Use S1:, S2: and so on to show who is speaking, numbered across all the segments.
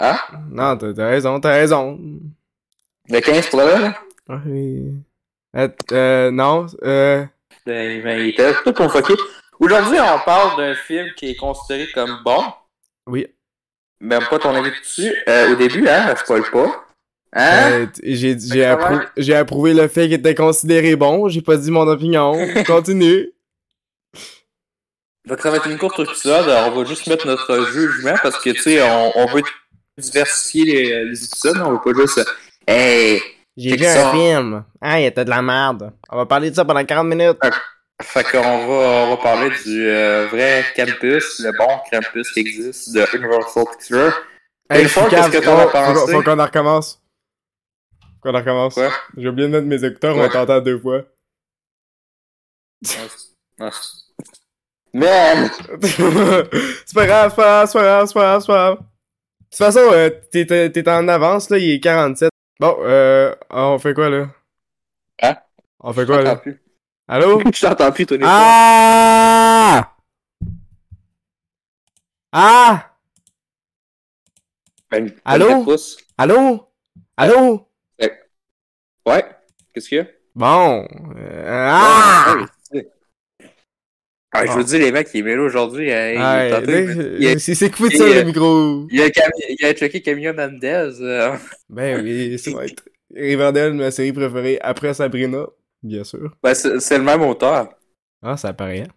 S1: Hein?
S2: Non, t'as t'as raison, t'as raison.
S1: Le 15 pour le là?
S2: Ah, oui. Euh, euh, non, euh,
S1: Ben, ben, il était tout convoqué. Aujourd'hui, on parle d'un film qui est considéré comme bon.
S2: oui.
S1: Même pas ton avis dessus. Euh, au début, hein, je spoil pas. Hein?
S2: Euh, t- j'ai
S1: Fait
S2: j'ai
S1: que ça
S2: approu-
S1: va.
S2: j'ai approuvé le fait qu'il était considéré bon, j'ai pas dit mon opinion. Continue.
S1: Donc ça va être une courte épisode, Euh, on va juste mettre notre jugement parce que tu sais, on, on veut diversifier les, les épisodes, on veut pas juste euh, Hey!
S2: J'ai
S1: Fait
S2: vu
S1: que
S2: un
S1: ça-
S2: film. Ah, il était de la merde. On va parler de ça pendant 40 minutes.
S1: Fait qu'on va, on va parler du euh, vrai campus, le bon campus qui existe de Universal Pictures. Et
S2: Hey,
S1: le
S2: je suis
S1: fort, qu'est-ce
S2: cave, Oh,
S1: que t'en as
S2: faut- faut-
S1: pensé?
S2: Faut qu'on en recommence. Faut qu'on en recommence.
S1: Quoi?
S2: J'ai oublié de mettre mes écouteurs, on
S1: Quoi?
S2: t'entend deux fois.
S1: Man!
S2: c'est pas grave, c'est pas grave, c'est pas grave, c'est pas grave, c'est pas grave. De toute façon, euh, t'es- t'es t'es en avance, là, il est 47. Bon, euh, on fait quoi, là?
S1: Hein?
S2: On fait
S1: Je
S2: quoi,
S1: t'entends
S2: là?
S1: plus.
S2: Allô?
S1: Je t'entends plus, Tony.
S2: Ah! Ah!
S1: Ben, ben,
S2: Allô?
S1: quatre pouces.
S2: Allô? Allô?
S1: Ouais? Qu'est-ce qu'il y a?
S2: Bon. euh, ah!
S1: Ouais, ouais, c'est- Ah, je vous dis, les mecs, il est mêlé aujourd'hui. hein, il est
S2: Ouais,
S1: tenté,
S2: là, euh,
S1: mais- il, a,
S2: c'est c'est coupé de
S1: il
S2: ça,
S1: est-
S2: le micro.
S1: il, a Cam- il a checké Camille Mendez. euh,
S2: Ben oui, ça va être Riverdale, ma série préférée après Sabrina, bien sûr.
S1: ben, c'est c'est le même auteur.
S2: Ah, ça paraît.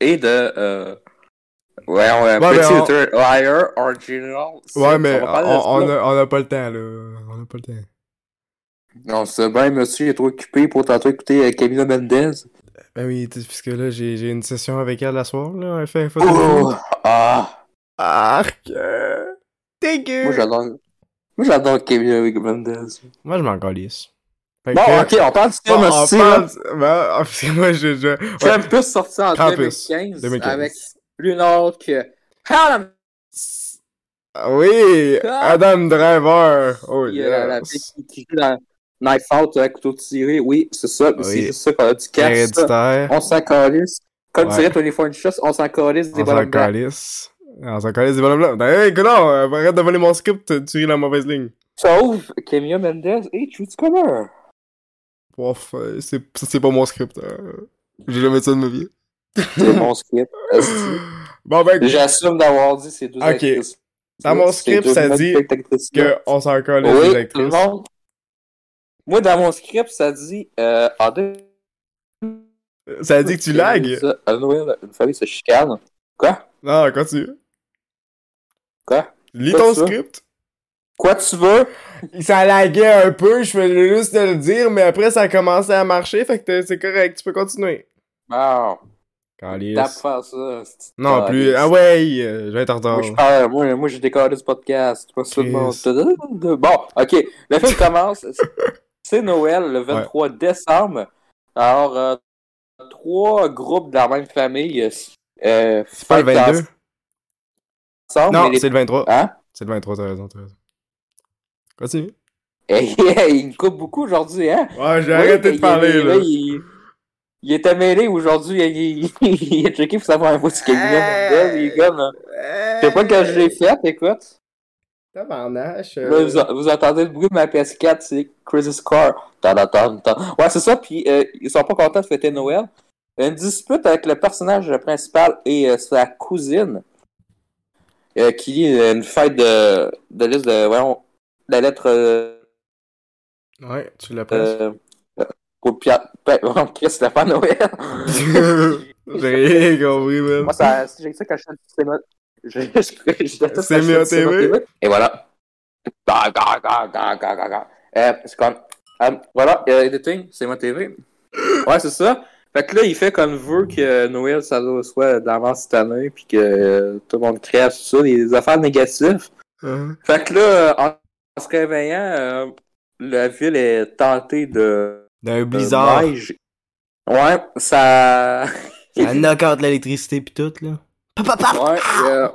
S1: Et de. euh, Ouais, on a
S2: Ouais,
S1: Petit
S2: mais on-
S1: Little Liar, Original. C'est-
S2: Ouais, mais
S1: on
S2: on,
S1: va parler de ça,
S2: on,
S1: là.
S2: a, on a pas le temps, là. On a pas le temps.
S1: Non, c'est bien, monsieur, il est trop occupé pour tenter d'écouter euh, Camille Mendez.
S2: Ben oui, tu sais, puisque là, j'ai j'ai une session avec elle la soir, là. Elle fait un photo.
S1: Oh! Ah!
S2: Arc! euh, Dégueu!
S1: Moi, j'adore. Moi, j'adore Camille Mendez.
S2: Moi, je m'en calisse. Fait
S1: Bon,
S2: que-
S1: ok, on parle du
S2: Bon,
S1: film
S2: on
S1: aussi. là.
S2: parle- Ben, ah, parce que moi, je... je... ouais,
S1: Film plus sorti en
S2: Campus,
S1: 2015,
S2: 2015.
S1: avec l'une autre que. Adam
S2: Ah Oui! Adam Driver! Oh,
S1: Puis, euh, la fille
S2: yes!
S1: qui- qui joue dans Knife Out, euh, couteau tiré, oui, c'est ça. mais C'est
S2: Oui.
S1: juste ça qu'on a du cash. ça.
S2: Héréditaire.
S1: On s'en calisse. Comme
S2: Ouais.
S1: dirait Tony fois une chose, on s'en calisse des
S2: On s'en
S1: bonhommes blancs.
S2: calisse. On s'en calisse des bonhommes blancs. Ben, hey, Coulon, euh, arrête de voler mon script, tu ris la mauvaise ligne.
S1: Sauf Camilla Mendez et Truth Comer.
S2: Ouf, euh, c'est ça, c'est pas mon script. euh. J'ai jamais dit ça de ma vie.
S1: C'est mon script. esti.
S2: Bon, ben,
S1: J'assume d'avoir dit ces deux
S2: Ok.
S1: actrices.
S2: Dans mon
S1: Ces
S2: script,
S1: deux
S2: ça dit
S1: magnifiques actrices-là.
S2: que on s'en calisse des
S1: Oui, tout le
S2: actrices.
S1: monde. Moi, dans mon script, ça dit euh, en deux.
S2: Ça dit que tu lagues.
S1: À Noël, une famille se chicane. Quoi?
S2: Non, continue.
S1: Quoi?
S2: Lis
S1: Quoi
S2: ton
S1: ça?
S2: script.
S1: Quoi tu veux?
S2: Ça laguait un peu, je voulais juste te le dire, mais après ça a commencé à marcher, fait que t'es- c'est correct, tu peux continuer.
S1: Wow. Tape
S2: Calisse.
S1: faire ça. c'est-
S2: Ah, Non, plus. Ah ouais, euh, je vais être en retard.
S1: Moi, je parle, moi, moi j'ai décoré du podcast. Pas ça le monde. Bon, ok. Le film commence. C'est Noël, le 23 décembre. Alors, euh, trois groupes de la même famille. Euh,
S2: C'est pas le
S1: fêtent
S2: 22?
S1: Ensemble,
S2: Non,
S1: mais les-
S2: c'est le 23.
S1: Hein?
S2: C'est le 23, t'as raison, t'as raison. Continue.
S1: Hey, hey, il me coupe beaucoup aujourd'hui, hein?
S2: Ouais,
S1: Oui,
S2: j'ai arrêté
S1: il-
S2: de parler,
S1: il-
S2: là.
S1: Il, il était mêlé aujourd'hui. Il, il, il a checké pour savoir un peu ce qu'il y a. Il est comme, euh, Je sais pas quand je l'ai fait, écoute.
S2: Tabarnache.
S1: Là, vous, vous entendez le bruit de ma PS4, c'est Crazy Car. Ouais, c'est ça, puis euh, ils sont pas contents de fêter Noël. Une dispute avec le personnage principal et euh, sa cousine, euh, qui est une fête de, de liste de, voyons, de la lettre euh,
S2: Ouais, tu l'as presque.
S1: euh, ben, pour Pierre, Pierre- Chris, c'est la fin de Noël.
S2: J'ai rien compris, man.
S1: Moi, ça, j'ai ça quand je suis à je, je, je, je, je-
S2: C'est mieux
S1: je-
S2: à TV.
S1: Et voilà. Ga, ga, ga, ga, ga, ga, ga. Euh, c'est comme. euh, voilà, euh, editing, c'est ma TV. Ouais, c'est ça. Fait que là, il fait comme veut que Noël, ça doit- soit d'avance cette année, puis que euh, tout le monde crève, tout ça, des affaires négatives.
S2: Hein?
S1: Fait que là, euh, en, en se réveillant, euh, la ville est tentée de.
S2: D'un
S1: de
S2: blizzard.
S1: neige. Euh, Ouais, ça.
S2: Ça knock out l'électricité pis tout, là. Pa, pa, pa!
S1: Ouais, euh,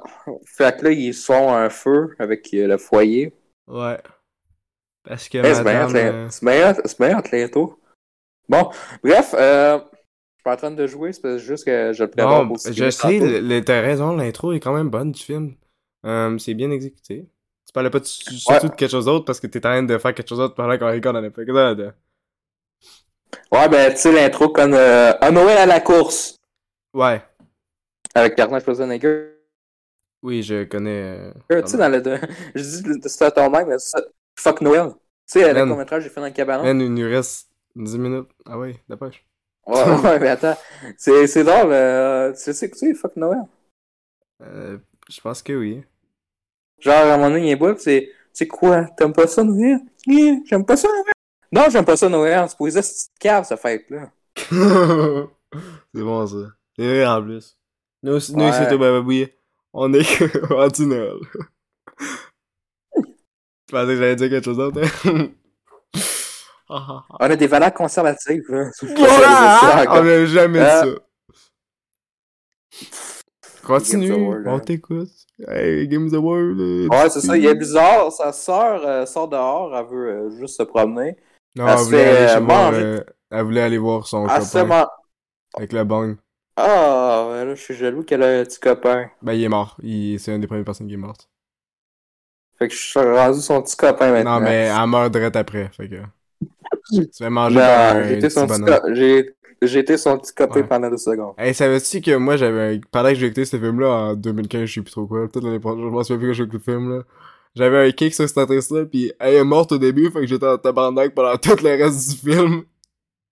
S1: fait que là, ils font un feu avec euh, le foyer.
S2: Ouais. Parce que
S1: Eh, c'est meilleur,
S2: madame... euh,
S1: Atl- c'est meilleur, c'est meilleur Atléto. Bon, bref, euh, je suis pas en train de jouer, c'est parce- juste que je le prépare
S2: Non,
S1: pour ce qui
S2: je
S1: est
S2: sais,
S1: tantôt.
S2: le- le- t'as raison, l'intro est quand même bonne du film. Euh, c'est bien exécuté. Tu parlais pas de- surtout de quelque chose d'autre parce que t'es en train de faire quelque chose d'autre pendant qu'on regarde un épisode.
S1: Ouais, ben, tu sais, l'intro comme euh, Un Noël à la course
S2: Ouais.
S1: avec Arnold Schwarzenegger.
S2: Oui, je connais.
S1: Euh, Tu sais, dans
S2: Ah,
S1: le. de- Je dis de ça ton même, mais ça. Fuck Noël. Tu sais, le
S2: Man.
S1: court-métrage, j'ai fait dans le cabanon.
S2: Man, il nous reste 10 minutes. Ah ouais, dépêche.
S1: Ouais, ouais, mais attends. C'est c'est drôle. euh, tu sais que tu sais, fuck Noël.
S2: Euh, je pense que oui.
S1: Genre, à un moment donné, il est beau, pis c'est. C'est quoi T'aimes pas ça, Noël Yeah, J'aime pas ça, Noël. Non, j'aime pas ça, Noël. C'est pour les petites caves, cette fête-là.
S2: c'est bon ça. C'est vrai en plus. Nous, aussi- nous
S1: Ouais.
S2: c'est au Bababoui. On est anti-Noël. Je pensais que j'allais dire quelque chose d'autre. hein? Ah, ah, ah.
S1: On a des valeurs conservatives, là.
S2: Voilà! On n'a jamais dit ça.
S1: hein? Euh.
S2: Continue,
S1: Games Award,
S2: on
S1: hein.
S2: t'écoute. Hey, Games Award. euh,
S1: Ouais, c'est ça. Il est bizarre. Sa sœur euh, sort dehors. Elle veut euh, juste se promener.
S2: Non,
S1: Elle
S2: elle,
S1: se
S2: voulait
S1: fait,
S2: aller chez
S1: euh, Ah,
S2: voir,
S1: manger.
S2: euh, elle voulait aller voir son
S1: elle se
S2: copain
S1: man-
S2: avec la bang.
S1: Ah, ben là, je suis jaloux qu'elle a un petit copain.
S2: Ben, il est mort. Il... C'est une des premières personnes qui est morte.
S1: Fait que je suis rendu son petit copain maintenant.
S2: Non, mais elle meurt direct après. Fait que. tu vas manger par
S1: Non,
S2: un
S1: Ben, j'ai été,
S2: petit
S1: son petit
S2: bonhomme.
S1: co- j'ai- j'ai été son petit copain
S2: Ouais.
S1: pendant deux secondes.
S2: Hey, savais-tu que moi, j'avais. Pendant que j'ai écouté ce film-là en 2015, je sais plus trop quoi. Peut-être l'année prochaine, je me souviens plus que j'ai écouté le film, là. J'avais un kick sur cette actrice-là, pis elle est morte au début, fait que j'étais en tabarnak pendant tout le reste du film.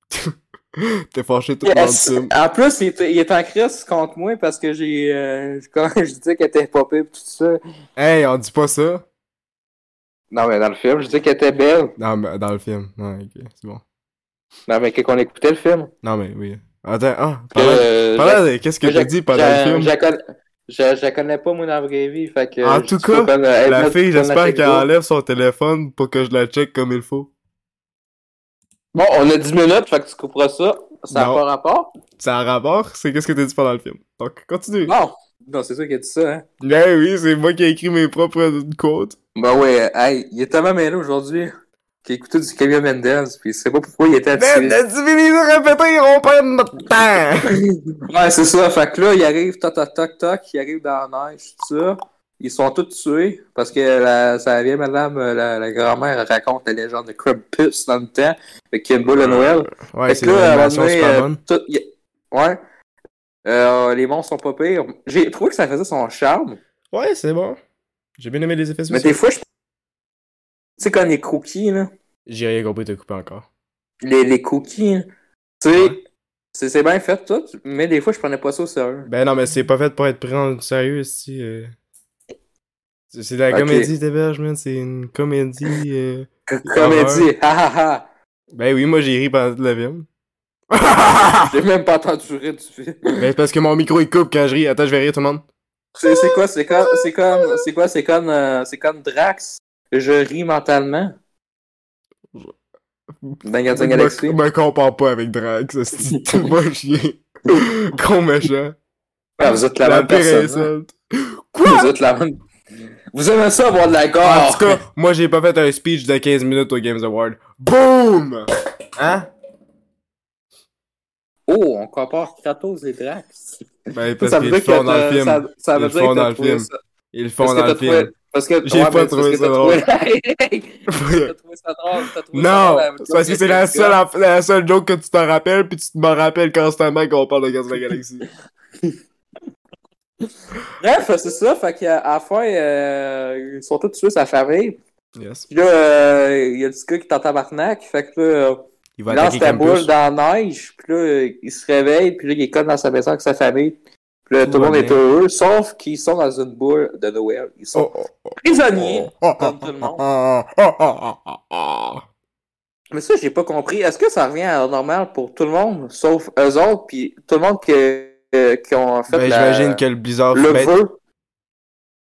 S2: T'es fâché tout le long du
S1: Yes.
S2: film.
S1: En plus, il était, il était en crise contre moi parce que j'ai. euh, quand je disais qu'elle était popée et tout ça.
S2: Hey, on dit pas ça?
S1: Non, mais dans le film, je disais qu'elle était belle.
S2: Non, mais dans le film. Non, ok, c'est bon.
S1: Non, mais qu'on écoutait le film.
S2: Non, mais oui. Attends, ah,
S1: Que,
S2: pendant,
S1: euh,
S2: pendant- qu'est-ce que
S1: je-
S2: j'ai dit pendant le film?
S1: Je la connais- je- je la connais pas, moi, dans la vraie vie. Fait que,
S2: En
S1: je-
S2: tout
S1: tu peux
S2: cas,
S1: pas euh, me- elle
S2: La
S1: me-
S2: fille,
S1: me la
S2: j'espère
S1: check
S2: qu'elle
S1: pas.
S2: enlève son téléphone pour que je la check comme il faut.
S1: Bon, on a 10 minutes, fait que tu couperas ça. Ça n'a
S2: Non.
S1: pas rapport?
S2: Ça a rapport, c'est qu'est-ce que t'as dit pendant le film. Donc, continue.
S1: Non! Non, c'est toi qui as dit ça, hein.
S2: Ben oui, c'est moi qui ai écrit mes propres quotes.
S1: Ben ouais, hey, il est tellement mêlé aujourd'hui qu'il écoutait du Camille Mendez, pis il sait pas pourquoi il était
S2: Ben,
S1: attiré.
S2: t'as fini de répéter, on perd notre temps!
S1: Ouais, c'est ça, fait que là, il arrive, toc, toc, toc, toc, il arrive dans la neige, tout ça. Ils sont tous tués, parce que la, ça vient, madame, euh, la, la grand-mère elle raconte la légende de Krampus dans le temps, avec Kimbo le Noël.
S2: Euh, Ouais,
S1: Fait
S2: c'est
S1: que
S2: une
S1: là, à un
S2: animation
S1: moment donné,
S2: super
S1: euh,
S2: bonne.
S1: tout- y- Ouais. Euh, les monstres sont pas pires. J'ai trouvé que ça faisait son charme.
S2: euh, Ouais, c'est bon. J'ai bien aimé les effets
S1: Mais
S2: spéciaux.
S1: des fois, je. Tu sais, quand les cookies, là.
S2: J'ai rien compris, t'as coupé encore.
S1: Les, les cookies, là. Tu sais,
S2: Ouais.
S1: c'est c'est bien fait tout, mais des fois, je prenais pas ça au sérieux.
S2: Ben non, mais c'est pas fait pour être pris en sérieux, si. euh. C'est c'est de la
S1: Ok.
S2: comédie, t'héberge, man. C'est une comédie. euh.
S1: C- Comédie, ha ha ha.
S2: Ben oui, moi j'ai ri pendant tout le film.
S1: J'ai même pas entendu rire du film.
S2: ben c'est parce que mon micro il coupe quand je ris. Attends, je vais rire tout le monde.
S1: C'est c'est quoi, c'est comme, c'est comme, c'est quoi, c'est comme, euh, c'est comme Drax. Je ris mentalement. Ben, Dans Guardians
S2: Je
S1: of the Galaxy.
S2: me, me compare pas avec Drax, c'est tout pas chier. Con méchant.
S1: Ah, vous êtes la, même
S2: ben, pire
S1: personne. hein.
S2: insulte.
S1: Vous êtes la même. Vous aimez ça avoir de la
S2: En
S1: gore.
S2: tout cas, moi j'ai pas fait un speech de 15 minutes au Games Award. Boom! Hein?
S1: Oh, on compare Kratos et Drax.
S2: Ben
S1: Ça,
S2: parce
S1: veut
S2: qu'ils le
S1: dire que
S2: font dans le
S1: t'as-
S2: film.
S1: Ça, ça veut
S2: Ils le
S1: dire
S2: font
S1: que
S2: dans
S1: t'as
S2: le
S1: trouvé
S2: film.
S1: ça.
S2: Ils le font
S1: Parce
S2: dans
S1: que
S2: le
S1: t'as trouvé...
S2: film.
S1: Parce que...
S2: J'ai
S1: ouais,
S2: pas
S1: mais c'est
S2: trouvé
S1: parce que
S2: ça
S1: t'as
S2: drôle.
S1: trouvé- T'as trouvé ça drôle, t'as trouvé ça
S2: Non!
S1: drôle.
S2: C'est parce que c'est la seule, aff- la seule joke que tu t'en rappelles, puis tu te m'en rappelles constamment quand on parle de Guardians of the Galaxy.
S1: Bref, c'est ça. Fait qu'à à la fin, euh, ils sont tous tués sa famille.
S2: Yes.
S1: Puis là, euh, il y a du gars qui est en tabarnak. Fait que là, euh,
S2: Il
S1: il lance la boule dans la neige. Puis là, euh, il se réveille. Puis là, il est comme dans sa maison avec sa famille. Puis là, tout le
S2: Ouais,
S1: monde est
S2: mais-
S1: heureux. Sauf qu'ils sont dans une boule de Noël. Ils sont
S2: Oh, oh, oh,
S1: prisonniers.
S2: oh, oh, oh,
S1: tout le monde.
S2: oh, oh, oh, oh, oh.
S1: Mais ça, j'ai pas compris. Est-ce que ça revient à la normale pour tout le monde, sauf eux autres, puis tout le monde qui, euh, qui ont fait
S2: Ben,
S1: la-
S2: j'imagine que le Blizzard.
S1: le
S2: ben,
S1: vœu?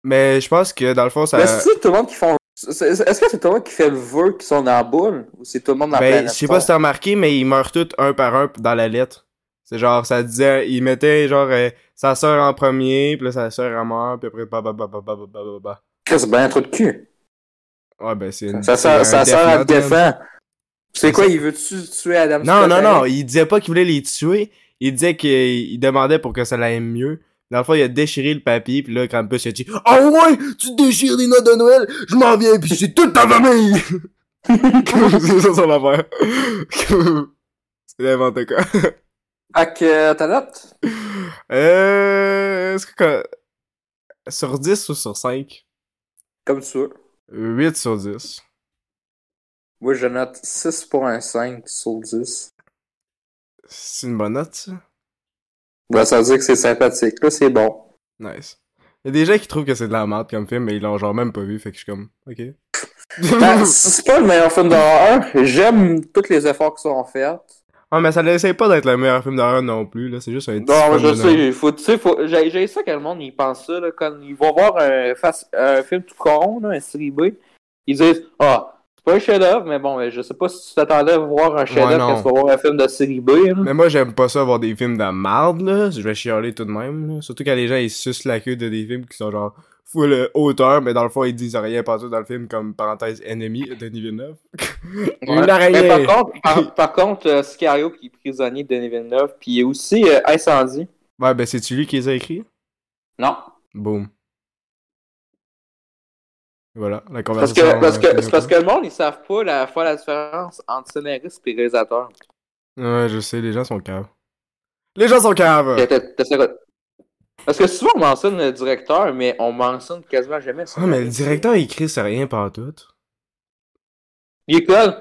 S2: Mais je pense que dans le fond, ça.
S1: Mais c'est tout le monde qui font... c'est- c'est- Est-ce que c'est tout le monde qui fait le vœu qui sont dans la boule, ou c'est tout le monde dans la
S2: Ben,
S1: planète
S2: je sais pas si
S1: Terre?
S2: t'as remarqué, mais ils meurent tous un par un dans la lettre. C'est genre, ça disait, ils mettaient genre euh, sa soeur en premier, puis là sa soeur en meurt, puis après, bah, bah, bah, bah, bah, bah, bah, bah, bah.
S1: Chris, C'est bien trop de cul.
S2: Ouais, ben c'est une.
S1: Ça
S2: c'est un
S1: sert, ça
S2: death
S1: sert à le
S2: note, man.
S1: défendre. C'est
S2: C'est
S1: quoi,
S2: ça.
S1: il veut-tu tuer Adam
S2: Non,
S1: Scott
S2: non,
S1: avec?
S2: non, il disait pas qu'il voulait les tuer, il disait qu'il il demandait pour que ça l'aille mieux, Dans le fond, il a déchiré le papier, puis là, Krampus, il a dit « Ah ouais, tu déchires les notes de Noël, je m'en viens, puis c'est toute ta famille! » C'est ça son affaire. c'est n'importe quoi.
S1: Fait que euh, ta note?
S2: Euh... Est-ce que... quand- Sur 10 ou sur 5?
S1: Comme tu veux.
S2: 8 sur 10.
S1: Moi, je note 6.5 sur 10.
S2: C'est une bonne note, ça?
S1: Ben, ça veut dire que c'est sympathique. Là, c'est bon.
S2: Nice. Il y a des gens qui trouvent que c'est de la merde comme film, mais ils l'ont genre même pas vu, fait que je suis comme, ok.
S1: Ben, c'est pas le meilleur film d'horreur. J'aime tous les efforts qui sont faits.
S2: ah, mais ça n'essaie pas d'être le meilleur film d'horreur non plus, là, c'est juste un petit
S1: Non, mais
S2: film
S1: je
S2: de Noël.
S1: sais, faut, tu sais, faut, j'ai, j'ai ça que le monde, il pense ça, là, quand ils vont voir un, face- un film tout con, là, un série B, ils disent, ah, c'est pas un chef-d'œuvre, mais bon, ben, je sais pas si tu t'attendais à voir un chef-d'œuvre
S2: non.
S1: quand tu vas voir un film de série B, là.
S2: Mais moi, j'aime pas ça voir des films de merde, là. Je vais chialer tout de même, là. Surtout quand les gens, ils sucent la queue de des films qui sont genre full hauteur, mais dans le fond, ils disent rien pas tout dans le film, comme parenthèse ennemi de Denis Villeneuve.
S1: Ouais.
S2: Une araignée!
S1: Mais par contre, par, par contre euh, Sicario qui est prisonnier de Denis Villeneuve, puis il y a aussi euh, Incendie.
S2: Ouais, ben, c'est-tu lui qui les a écrits?
S1: Non.
S2: Boum. Voilà,
S1: Parce
S2: la conversation.
S1: que, parce
S2: euh,
S1: que,
S2: finit
S1: c'est parce
S2: là.
S1: que le monde, ils savent pas la fois la différence entre scénariste et réalisateur.
S2: Ouais, je sais, les gens sont caves. Les gens sont caves!
S1: T'as- t'as- t'as ça quoi? Parce que souvent on mentionne le directeur, mais on mentionne quasiment jamais ça.
S2: Ah, mais le directeur il écrit, c'est rien par tout.
S1: Il est comme.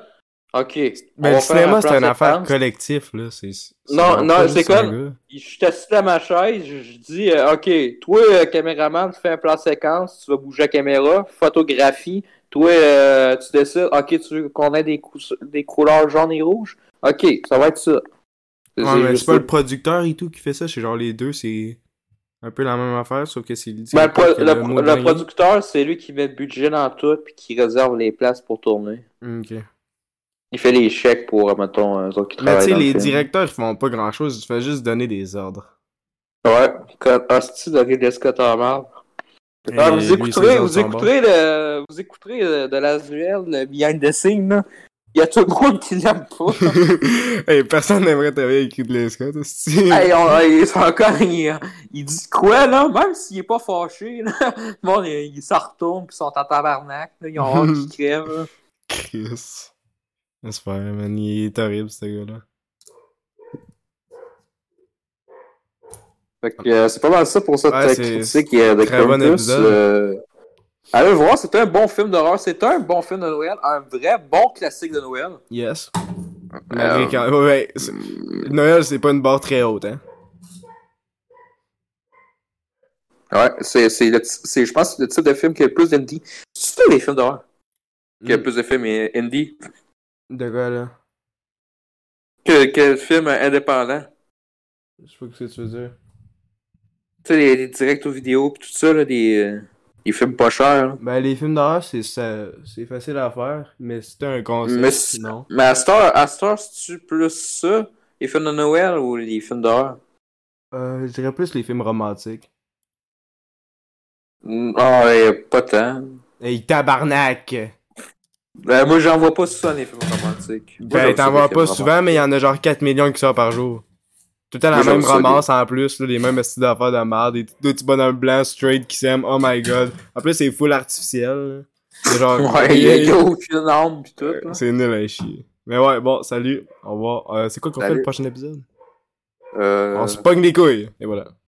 S1: Ok.
S2: Mais
S1: on
S2: Ben, le
S1: va faire
S2: cinéma, c'est
S1: plan
S2: une affaire
S1: séquence.
S2: collective, là. C'est, c'est-
S1: Non,
S2: c'est
S1: non,
S2: pas
S1: c'est
S2: juste un
S1: comme-
S2: gars.
S1: Je suis assis à ma chaise, je je dis euh, Ok, toi, euh, caméraman, tu fais un plan séquence, tu vas bouger la caméra, photographie. Toi, euh, tu décides Ok, tu veux qu'on ait des, cous- des couleurs jaunes et rouges Ok, ça va être ça.
S2: Ouais, mais
S1: juste
S2: c'est pas
S1: ça.
S2: le producteur et tout qui fait ça, c'est genre les deux, c'est un peu la même affaire, sauf que c'est le
S1: Ben, le, pro-
S2: directeur qui a
S1: le-
S2: mot
S1: le
S2: dernier.
S1: producteur, c'est lui qui met le budget dans tout puis qui réserve les places pour tourner.
S2: Ok.
S1: Il fait les chèques pour, euh, mettons, eux autres qui
S2: Mais tu
S1: travaillent.
S2: sais,
S1: dans le
S2: les
S1: film.
S2: directeurs, ils font pas grand chose, ils font juste donner des ordres.
S1: Ouais, comme ah, Hostie de Ridley Scott en marbre. Ah,
S2: Et
S1: vous
S2: Eh, lui, ses
S1: écouterez,
S2: ordres
S1: vous
S2: sont bons.
S1: écouterez, le, vous écouterez le- de Last Duel, le Behind the Scene, là. Il y a tout le monde qui l'aime pas.
S2: hey, personne n'aimerait travailler avec Ridley Scott, c'est
S1: hey, on, hey, c'est encore, il, il dit quoi, là? Même s'il est pas fâché, là. Bon, il, il s'en retourne, pis ils sont en tabarnak, là. Ils ont hâte qu'ils crèvent, là.
S2: Chris. J'espère, man. Il est horrible, ce gars-là.
S1: Fait que euh, c'est pas mal ça pour cette
S2: Ouais,
S1: euh,
S2: c'est-
S1: critique euh, de
S2: très bon
S1: Krampus.
S2: épisode.
S1: Euh, Allez le voir, c'est un bon film d'horreur. C'est un bon film de Noël, un vrai bon classique de Noël.
S2: Yes. Malgré quand- ouais, ouais, c'est- Noël, c'est pas une barre très haute, hein.
S1: Ouais, c'est, c'est le, ti- c'est, je pense que c'est le type de film qui a le plus d'indie. C'est tous les films d'horreur qui a le
S2: Mm.
S1: plus de films euh, indie
S2: De quoi, là?
S1: que, que le film euh, indépendant.
S2: Je sais pas ce que tu veux dire.
S1: Tu sais, les, les directs aux vidéos pis tout ça, là, des, euh, des films pas chers. là.
S2: Ben, les films d'horreur, c'est ça... c'est facile à faire, mais c'est un concept,
S1: Mais c'est-
S2: sinon.
S1: Mais à Star, à Star, c'est-tu plus ça, les films de Noël ou les films d'horreur?
S2: Euh, je dirais plus les films romantiques.
S1: Mm, Ah, ouais, pas tant.
S2: Hey, tabarnak!
S1: Ben, moi, j'en vois pas souvent, les films romantiques. Moi,
S2: Ben,
S1: j'aime ça,
S2: t'en
S1: les
S2: vois
S1: films
S2: pas
S1: romantiques.
S2: souvent, mais il y en a genre 4 millions qui sortent par jour. Tout le temps la
S1: Moi, j'aime
S2: même
S1: ça,
S2: romance en plus, là, les mêmes styles d'affaires de merde, des deux petits bonhommes blancs straight qui s'aiment, oh my god. En plus, c'est full artificiel. là. C'est genre.
S1: Ouais, il y a aucune arme pis tout, là.
S2: C'est nul à chier. Mais ouais, bon, salut, au revoir. Euh, c'est quoi qu'on fait
S1: Salut.
S2: le prochain épisode?
S1: Euh,
S2: On se pogne les couilles, et voilà.